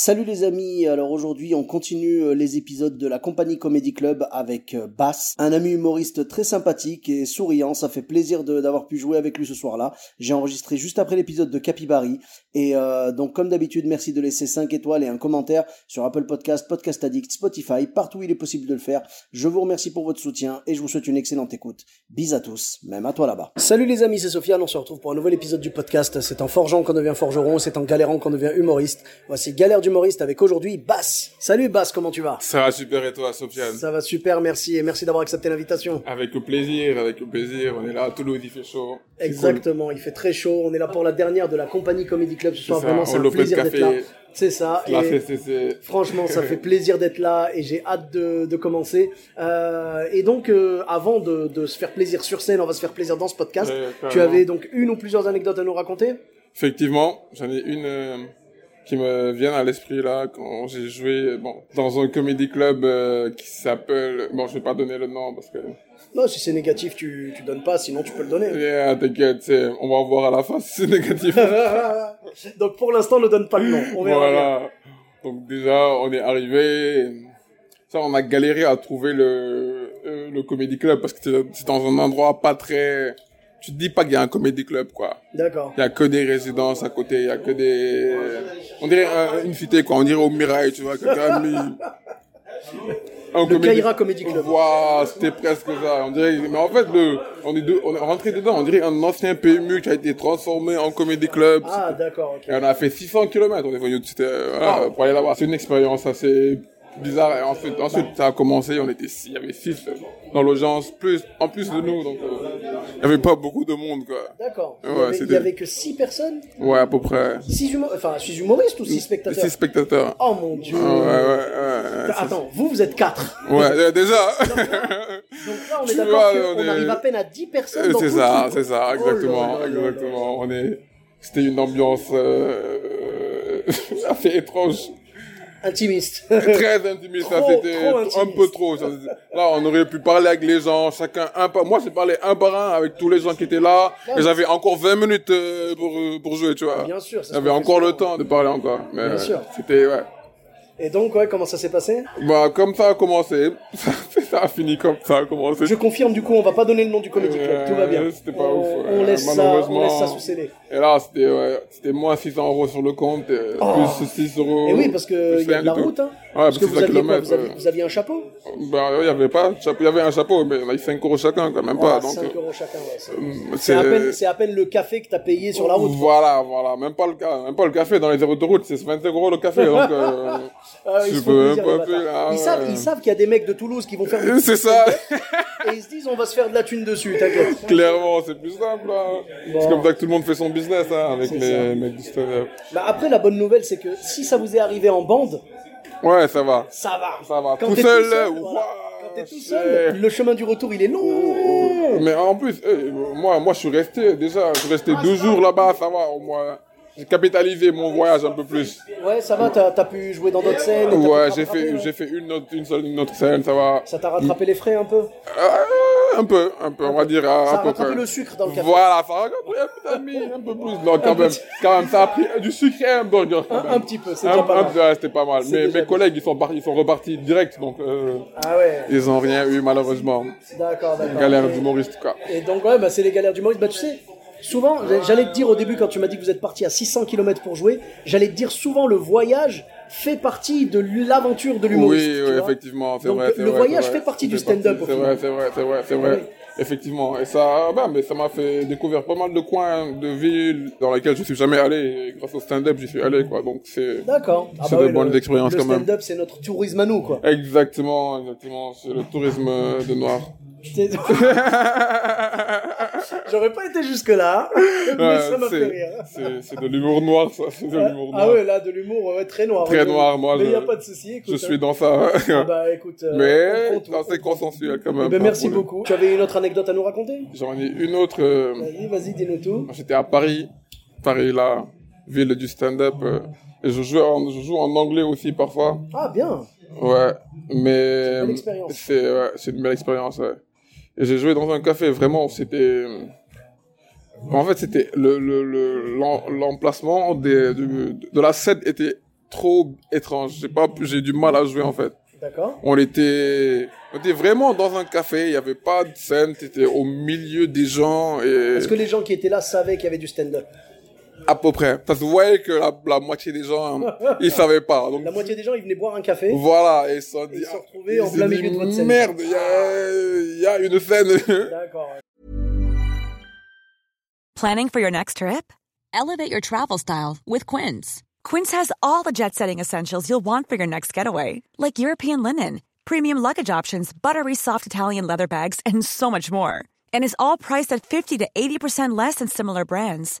Salut les amis, alors aujourd'hui on continue euh, les épisodes de la Compagnie Comedy Club avec euh, Bass, un ami humoriste très sympathique et souriant, ça fait plaisir de- d'avoir pu jouer avec lui ce soir-là. J'ai enregistré juste après l'épisode de Capibari et euh, donc comme d'habitude merci de laisser 5 étoiles et un commentaire sur Apple Podcast, Podcast Addict, Spotify, partout où il est possible de le faire. Je vous remercie pour votre soutien et je vous souhaite une excellente écoute. Bis à tous, même à toi là-bas. Salut les amis, c'est Sofiane, on se retrouve pour un nouvel épisode du podcast. C'est en forgeant qu'on devient forgeron, c'est en galérant qu'on devient humoriste. Voici Galère d'humoriste avec aujourd'hui Bass. Salut Bass, comment tu vas Ça va super et toi, Sofiane Ça va super, merci et merci d'avoir accepté l'invitation. Avec plaisir, avec plaisir. On est là, à Toulouse, il fait chaud. C'est cool. Exactement, il fait très chaud, on est là pour la dernière de la compagnie Comedy Club ce soir, ça, vraiment on c'est un l'open plaisir d'être café. là. C'est ça, Là, et- c'est- c'est- c'est- Franchement, ça fait plaisir d'être là et j'ai hâte de, de commencer. Euh, et donc, euh, avant de, de se faire plaisir sur scène, on va se faire plaisir dans ce podcast. Ouais, carrément. tu avais donc une ou plusieurs anecdotes à nous raconter Effectivement, j'en ai une euh, qui me vient à l'esprit là quand j'ai joué euh, bon, dans un comédie club euh, qui s'appelle. Bon, je vais pas donner le nom parce que. Non, si c'est négatif, tu, tu donnes pas, sinon tu peux le donner. Yeah, Eh, T'inquiète, c'est- on va voir à la fin si c'est négatif. Ah, donc, pour l'instant, ne donne pas le nom. On verra bien. voilà. Donc déjà, on est arrivé. Ça, on a galéré à trouver le, euh, le comédie club parce que c'est- c'est dans un endroit pas très. Tu te dis pas qu'il y a un comédie club, quoi. D'accord. Il y a que des résidences à côté, il y a que des. On dirait euh, une cité, quoi. On dirait au Mirail, tu vois, que t'as mis. Un Le Kaira Comedy Club. Ouah, c'était presque ça. On dirait, mais en fait, le, on est, de- on est rentré dedans. On dirait un ancien PMU qui a été transformé en comédie club. Ah, d'accord, ok. Et on a fait 600 km, on est venu c'était, euh, voilà, pour aller là-bas. C'est une expérience assez bizarre. Et ensuite, ensuite, ça a commencé, on était six, il y avait 6 dans l'audience, plus, en plus de nous, donc euh, il n'y avait pas beaucoup de monde, quoi. D'accord. Il y Ouais, avait- il y c'était- avait que 6 personnes Ouais, à peu près. six humo- Enfin, 6 humoristes ou 6 spectateurs 6 spectateurs. Oh mon dieu. Ouais, Ah, ouais, ouais. ouais. Attends, vous, vous êtes 4. Ouais, euh, déjà. Donc là, on est Tu d'accord vois, on qu'on est- Euh, arrive à peine à 10 personnes dans c'est tout ça, le truc. c'est Oh ça, là exactement, là là là. exactement. On est, c'était une ambiance euh, assez étrange. Intimiste. très intimiste, ça Trop- c'était trop un intimiste. peu trop. ça, c'est- là, on aurait pu parler avec les gens, chacun un par. Moi, j'ai parlé un par un avec tous les gens qui étaient là, Là, et j'avais encore 20 minutes euh, pour, euh, pour jouer, tu vois. Bien sûr, c'est ce J'avais qu'on fait encore le souvent. temps de parler encore. Mais Bien ouais, sûr. C'était, ouais. Et donc, ouais, comment ça s'est passé Bah, comme ça a commencé, ça a fini comme ça a commencé. Je confirme, du coup, on va pas donner le nom du comédie club, Euh, tout va bien. C'était pas on, ouf. ouais. on laisse ça, on Malheureusement. laisse ça sous scellé. Et là, c'était ouais, c'était moins 600 euros sur le compte, euh, plus 6 euros. Oh. Et oui, parce que plus il y a rien de la du tout. route, hein. Ouais, parce que plus vous 600 aviez, quoi, kilomètres, euh, vous, aviez, ouais. vous aviez un chapeau Ben, il y avait pas, de chapeau. il y avait un chapeau, mais là, 5 euros chacun, quand même pas. Ah, donc, 5 euh, euros chacun, ouais. c'est- C'est c'est- à, peine- c'est à peine le café que t'as payé sur la route. quoi. Voilà, voilà, même pas le, ca- même pas le café dans les autoroutes, c'est 25 euros le café, donc, euh, Ah, ils tu se font peux plaisir, pas les plus, bâtards. ah Ils savent, ouais. ils savent qu'il y a des mecs de Toulouse qui vont faire des c'est ça, et ils se disent on va se faire de la thune dessus, t'inquiète. clairement, c'est plus simple, hein. Bon. C'est comme ça que tout le monde fait son business, hein, avec C'est les ça. mecs du stand-up. Bah après, la bonne nouvelle, c'est que si ça vous est arrivé en bande, Ouais, ça va. ça va. Ça va. Quand Tout t'es seul, euh, voilà. ouah, Quand t'es tout c'est- seul, le chemin du retour, il est long. Mais en plus, eh, moi, moi, je suis resté, déjà, je suis Ah, resté deux jours là-bas, ça va, au moins. J'ai capitalisé mon voyage un peu plus. Ouais, ça va, t'as t'as pu jouer dans d'autres scènes. t'as pu Ouais, te j'ai rattraper, fait, ouais. j'ai fait une autre, une seule, une autre scène, ça va. Ça t'a rattrapé les frais un peu Euh, un peu, un peu, on va dire. à- Ça a à peu rattrapé près. le sucre dans le café. Voilà, ça a rattrapé un petit ami, un peu plus. Non, quand même, quand même, ça a pris du sucre et un burger. quand Un- même. un petit peu, c'est Un- déjà pas un- mal. ouais, c'était pas mal. C'est Mais déjà mes collègues, ils sont, partis, ils sont repartis direct, donc euh, Ah ouais, ils ont rien eu, malheureusement. d'accord, d'accord. Galère Et- d'humoriste, quoi. Et donc, ouais, bah, c'est les galères du Maurice. Bah, tu sais, souvent, j'a- j'allais te dire au début, quand tu m'as dit que vous êtes parti à 600 km pour jouer, j'allais te dire souvent le voyage fait partie de l'aventure de l'humoriste. Oui, tu oui, vois. effectivement, c'est Donc, vrai. c'est le vrai, voyage c'est vrai. fait partie du C'est parti, stand-up, au C'est final. vrai, c'est vrai, c'est vrai, c'est vrai. Effectivement. Et ça, bah, mais ça m'a fait découvrir pas mal de coins de villes dans lesquels je suis jamais allé. Et grâce au stand-up, j'y suis allé, quoi. Donc c'est. D'accord. Ah C'est bah de oui, bonnes le- expériences, quand Le même. stand-up, c'est notre tourisme à nous, quoi. Exactement, exactement. C'est le tourisme euh, de noir. C'est- J'aurais pas été jusque-là, mais Ouais, ça m'a fait c'est- rire. C'est c'est de l'humour noir, ça. C'est de l'humour noir. Ah ouais, là, de l'humour ouais, très noir. Très Ouais, noir, moi, Mais je- y a pas de souci, écoute. Je suis hein. dans ça. Ah bah écoute. euh, on Mais prend tout. non, c'est consensuel quand même. Eh ben, pas merci pour le- beaucoup. Tu avais une autre anecdote à nous raconter J'en ai une autre. euh, Vas-y, vas-y, dis-nous tout. J'étais à Paris, Paris, la ville du stand-up. euh, et je joue, en, je joue en anglais aussi parfois. Ah bien. Ouais, mais. une belle expérience. C'est ouais, c'est une belle expérience, ouais. Et j'ai joué dans un café, vraiment, c'était. En fait, c'était. le- le- le- l'en- L'emplacement des- du- de la scène était trop étrange. J'ai pas- J'ai du mal à jouer, en fait. D'accord. On était, on était vraiment dans un café, il n'y avait pas de scène, t'étais au milieu des gens et Est-ce que les gens qui étaient là savaient qu'il y avait du stand-up à peu près. Ça se voyait que la, la moitié des gens, hein, ils savaient pas. Donc, La moitié des gens, ils venaient boire un café. voilà, et ils se sont Ils dit, se ah, retrouvaient ils en se plein dit, milieu de votre scène. Merde, il y a, il y a une scène. D'accord. Planning for your next trip? Elevate your travel style with Quince. Quince has all the jet setting essentials you'll want for your next getaway, like European linen, premium luggage options, buttery soft Italian leather bags, and so much more. And is all priced at 50 to 80% less than similar brands.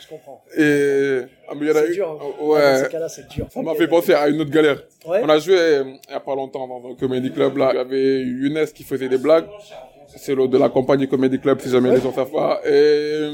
Je comprends. Et ah, mais il y en a C'est eu- dur. hein. Ah, Dans ces ouais. cas-là, c'est dur. Ça m'a fait penser à une autre galère. Ouais. On a joué euh, il n'y a pas longtemps dans un comédie club là. Il y avait Younes qui faisait des blagues. C'est l'autre de la compagnie comédie club si jamais les gens savent pas. Et euh,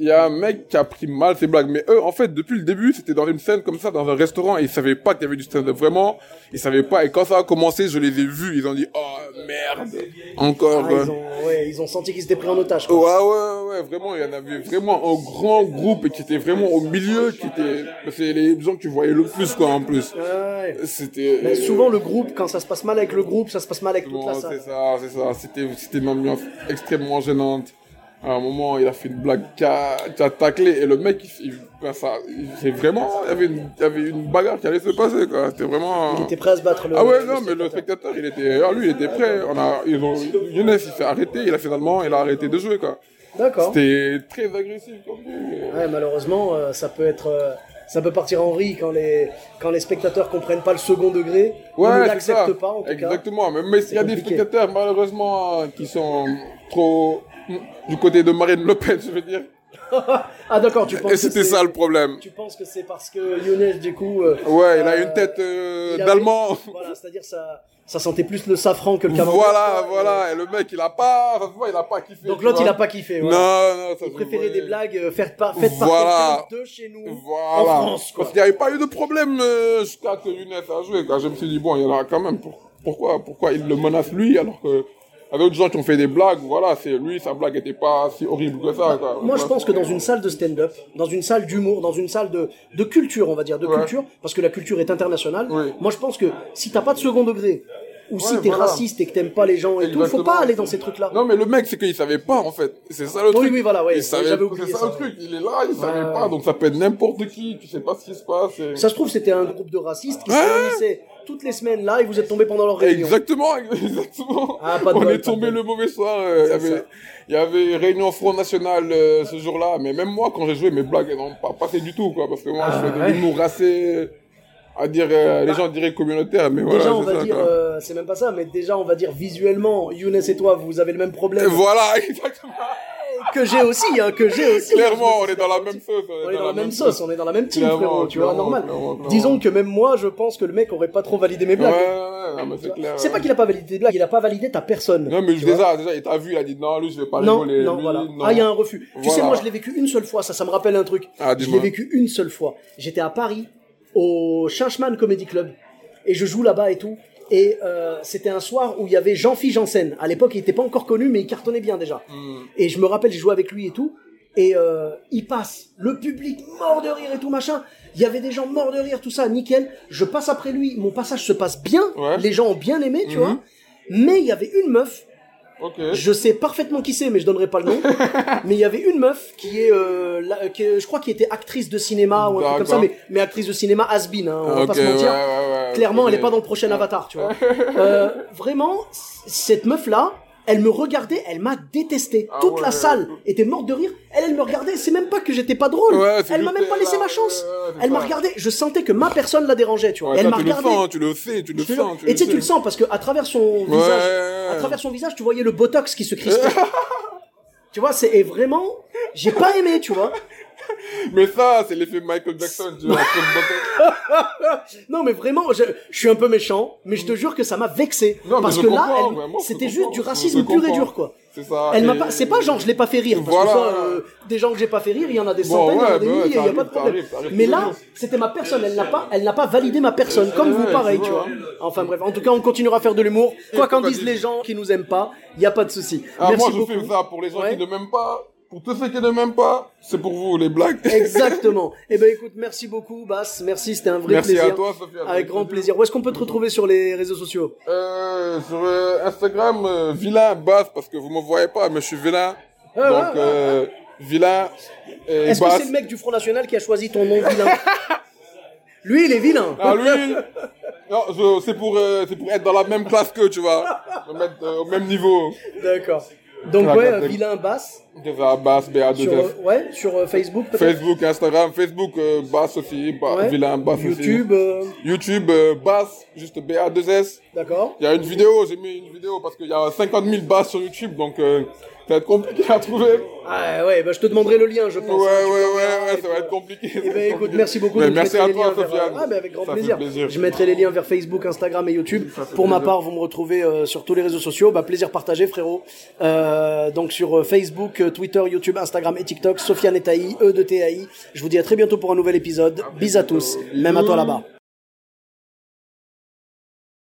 il y a un mec qui a pris mal ses blagues. Mais eux, en fait, depuis le début, c'était dans une scène comme ça, dans un restaurant. Et ils savaient pas qu'il y avait du stand-up vraiment. Ils savaient pas. Et quand ça a commencé, je les ai vus. Ils ont dit, oh merde, encore. Ah, euh. ils, ont, ouais, ils ont senti qu'ils étaient pris en otage. Ouais, quoi. ouais, ouais, vraiment, il y en avait vraiment un grand groupe et qui était vraiment au milieu, qui était, c'est les gens que tu voyais le plus, quoi, en plus. Ouais. C'était. euh, Mais souvent, le groupe, quand ça se passe mal avec le groupe, ça se passe mal avec toute Bon, la c'est salle. ça, c'est ça. C'était, c'était une ambiance extrêmement gênante. À un moment, il a fait une blague qui a, qui a taclé et le mec, il, il- ben, ça, il- c'est vraiment, il y avait une, il y avait une bagarre qui allait se passer, quoi. C'était vraiment. T'es prêt à se battre le. Ah ouais, le non, mais le spectateur. spectateur, il était, ah, lui, il était prêt. On a, ils ont, Younes, il s'est arrêté, il a finalement, il a arrêté de jouer, quoi. D'accord. C'était très agressif comme jeu. Ouais, malheureusement, euh, ça peut être. euh, Ça peut partir en riz quand les, quand les spectateurs comprennent pas le second degré. ou ne Ouais, c'est ça. l'acceptent pas, en tout cas. Exactement. Mais- Mais il y a des compliqué. spectateurs, malheureusement, qui sont trop du côté de Marine Le Pen, je veux dire. Ah, d'accord, tu penses. Et que c'était c'est- ça le problème. Tu penses que c'est parce que Younes, du coup. euh, Ouais, il a euh, une tête euh, il avait- d'allemand. Voilà, c'est-à-dire ça, ça sentait plus le safran que le Euh, camembert. Voilà, quoi, et- voilà. Et le mec, il a pas, ça se voit, il a pas kiffé. Donc tu l'autre, vois. il a pas kiffé. Non, Voilà. non, ça Il se préférait voyait. des blagues euh, faites par, faites Voilà. par quelqu'un de chez nous en Voilà. France. Quoi. Parce qu'il n'y avait pas eu de problème euh, jusqu'à que Younes a joué. Quand je me suis dit, bon, il y en a quand même. Pour- pourquoi, pourquoi il le menace lui alors que. Avec d'autres gens qui ont fait des blagues, voilà, c'est lui, sa blague n'était pas si horrible que ça. quoi. Moi, je pense que dans une salle de stand-up, dans une salle d'humour, dans une salle de, de culture, on va dire, de culture, parce que la culture est internationale, Oui. moi, je pense que si t'as pas de second degré, ou si t'es voilà. raciste et que t'aimes pas les gens et tout, faut Exactement. pas aller dans ces trucs-là. Non, mais le mec, c'est qu'il savait pas, en fait. C'est ça le Oui, truc. oui, voilà, ouais, Il savait, j'avais oublié c'est ça, ça, Euh. le ouais. truc. Il est là, il savait pas, donc ça peut être n'importe qui, tu sais pas ce qui se passe. et- Ça se trouve, c'était un groupe de racistes qui se réunissaient toutes les semaines là et vous êtes tombés pendant leur réunion. Hein Exactement, exactement. Ah, pas de On bol, pas est de tombé bol. le mauvais soir. euh, Il y C'est ça. avait, il y avait réunion Front National euh, ce jour-là, mais même moi, quand j'ai joué, mes blagues elles n'ont pas passé du tout, quoi, parce que moi, je fais Ah, ouais. Bah. de l'humour assez, euh, à dire, euh, les gens diraient communautaire, mais Déjà, voilà. on c'est va ça, dire, quoi. euh, c'est même pas ça, mais déjà, on va dire visuellement, Younes et toi, vous avez le même Et problème Voilà, exactement. que j'ai aussi, hein, que j'ai aussi. Clairement, on est dans la même sauce. On est dans la même sauce, on est dans la même team, Clairement, frérot, tu vois, clairement, normal. clairement, clairement. Disons que même moi, je pense que le mec aurait pas trop validé mes Ouais, ouais, blagues. ouais, non, mais c'est clair. C'est ouais. pas qu'il a pas validé tes blagues, il a pas validé ta personne. Non, mais tu vois. déjà, déjà, il t'a vu, il a dit non, lui, je vais pas Non, rigoler. non, lui, voilà. non. Ah, il y a un refus. Tu sais, Voilà. moi, je l'ai vécu une seule fois, ça, ça me rappelle un truc. Ah, je dis-moi. l'ai vécu une seule fois. J'étais à Paris, au Changement Comedy Club. et je joue là-bas et tout. Et euh, c'était un soir où il y avait Jean-Philippe Janssen. À l'époque, il n'était pas encore connu, mais il cartonnait bien déjà. Hmm. Et je me rappelle, j'ai joué avec lui et tout. Et euh, il passe, le public mort de rire et tout machin. Il y avait des gens morts de rire, tout ça, nickel. Je passe après lui, mon passage se passe bien. Ouais. Mhm. Les gens ont bien aimé, tu vois. Mais il y avait une meuf Ok. je sais parfaitement qui c'est, mais je donnerai pas le nom. mais il y avait une meuf qui est, euh, la- euh, qui est- je crois, qui était actrice de cinéma ou un truc comme ça, D'accord. mais, mais actrice de cinéma has-been, hein, on va Ok, pas se mentir. ouais, ouais, ouais, Clairement, ok. elle est pas dans le prochain Avatar, tu vois. Euh, vraiment, c- cette meuf là. Elle me regardait, elle m'a détesté. Toute la Ah ouais. salle était morte de rire. Elle, elle me regardait. C'est même pas que j'étais pas drôle. Ouais, c'est elle m'a juste même pas que- laissé ouais, ma chance. ouais, ouais, c'est elle m'a ça. regardé. Je sentais que ma personne la dérangeait, tu vois. Ouais, elle toi, m'a tu le regardé. sens, tu le sais, tu le Je te jure. sens. Et tu sais, tu le sens parce que à travers son visage, ouais, ouais. à travers son visage, tu voyais le botox qui se crispait. tu vois, c'est et vraiment, j'ai pas aimé, tu vois. Mais ça, c'est l'effet Michael Jackson, tu vois. Michael Jackson. Non, mais vraiment, je, je suis un peu méchant, mais je te jure que ça m'a vexé Non, mais parce je que là, comprends, elle- ouais, moi, je c'était comprends, juste du je racisme pur et comprends. dur, quoi. C'est ça. Elle m'a et- pas, c'est pas genre je l'ai pas fait rire. Parce Voilà. que ça, euh, des gens que j'ai pas fait rire, il y en a des Bon, centaines, il y en a ouais, des bah ouais, milliers, il y a t'arrives, pas de problème. t'arrives, t'arrives Mais toujours. là, c'était ma personne, elle n'a pas, elle n'a pas validé ma personne, comme vous, ouais, pareil, c'est tu vois. vrai. Enfin bref, en tout cas, on continuera à faire de l'humour, quoi qu'en pas disent dit. les gens qui nous aiment pas, il y a pas de souci. Ah, Merci moi, je beaucoup. fais ça pour les gens Ouais. qui ne m'aiment pas. Pour tous ceux qui ne m'aiment pas, c'est pour vous, les blagues. Exactement. Eh ben écoute, merci beaucoup, Bass. Merci, c'était un vrai Merci plaisir. à toi, Sophie, avec Avec grand plaisir. plaisir. Où est-ce qu'on peut te retrouver sur les réseaux sociaux Euh, sur euh, Instagram, euh, vilain basse, parce que vous me voyez pas, mais je suis vilain. Ah, Donc, ah, euh, vilain et Est-ce que c'est basse. le mec du Front National qui a choisi ton nom vilain Lui, il est vilain. Ah, lui Non, je- c'est pour, euh, c'est pour être dans la même classe que tu vois. Me mettre euh, au même niveau. D'accord. Donc Ah, ouais, euh, d'accord. vilain Bass. De la basse, Sur, BA2F. euh, ouais, sur euh, Facebook, peut-être Facebook, Instagram, Facebook, euh, basse aussi, ba- Ouais. vilain basse aussi. YouTube, euh, YouTube, euh, basse, juste BA2S. d'accord. Il y a une vidéo, j'ai mis une vidéo parce qu'il y a 50 000 basses sur YouTube, donc euh, ça va être compliqué à trouver. Ah ouais, bah, je te demanderai le lien, je Ouais, pense. ouais, hein, tu ouais, peux voir, ouais, et ça puis, va euh, être compliqué. Eh ben, écoute, merci beaucoup. Mais Donc, je merci mettrai à les toi, liens vers- Sofiane. Ah, ben, avec grand Ça fait plaisir. plaisir. Je mettrai les liens vers Facebook, Instagram et YouTube. Pour ma part, vous me retrouvez euh, sur tous les réseaux sociaux. Bah, plaisir partagé, frérot. Euh, donc sur euh, Facebook, euh, Twitter, YouTube, Instagram et TikTok. Sofiane et Taï, E de TAI. Je vous dis à très bientôt pour un nouvel épisode. Bis à tous, même à toi là-bas.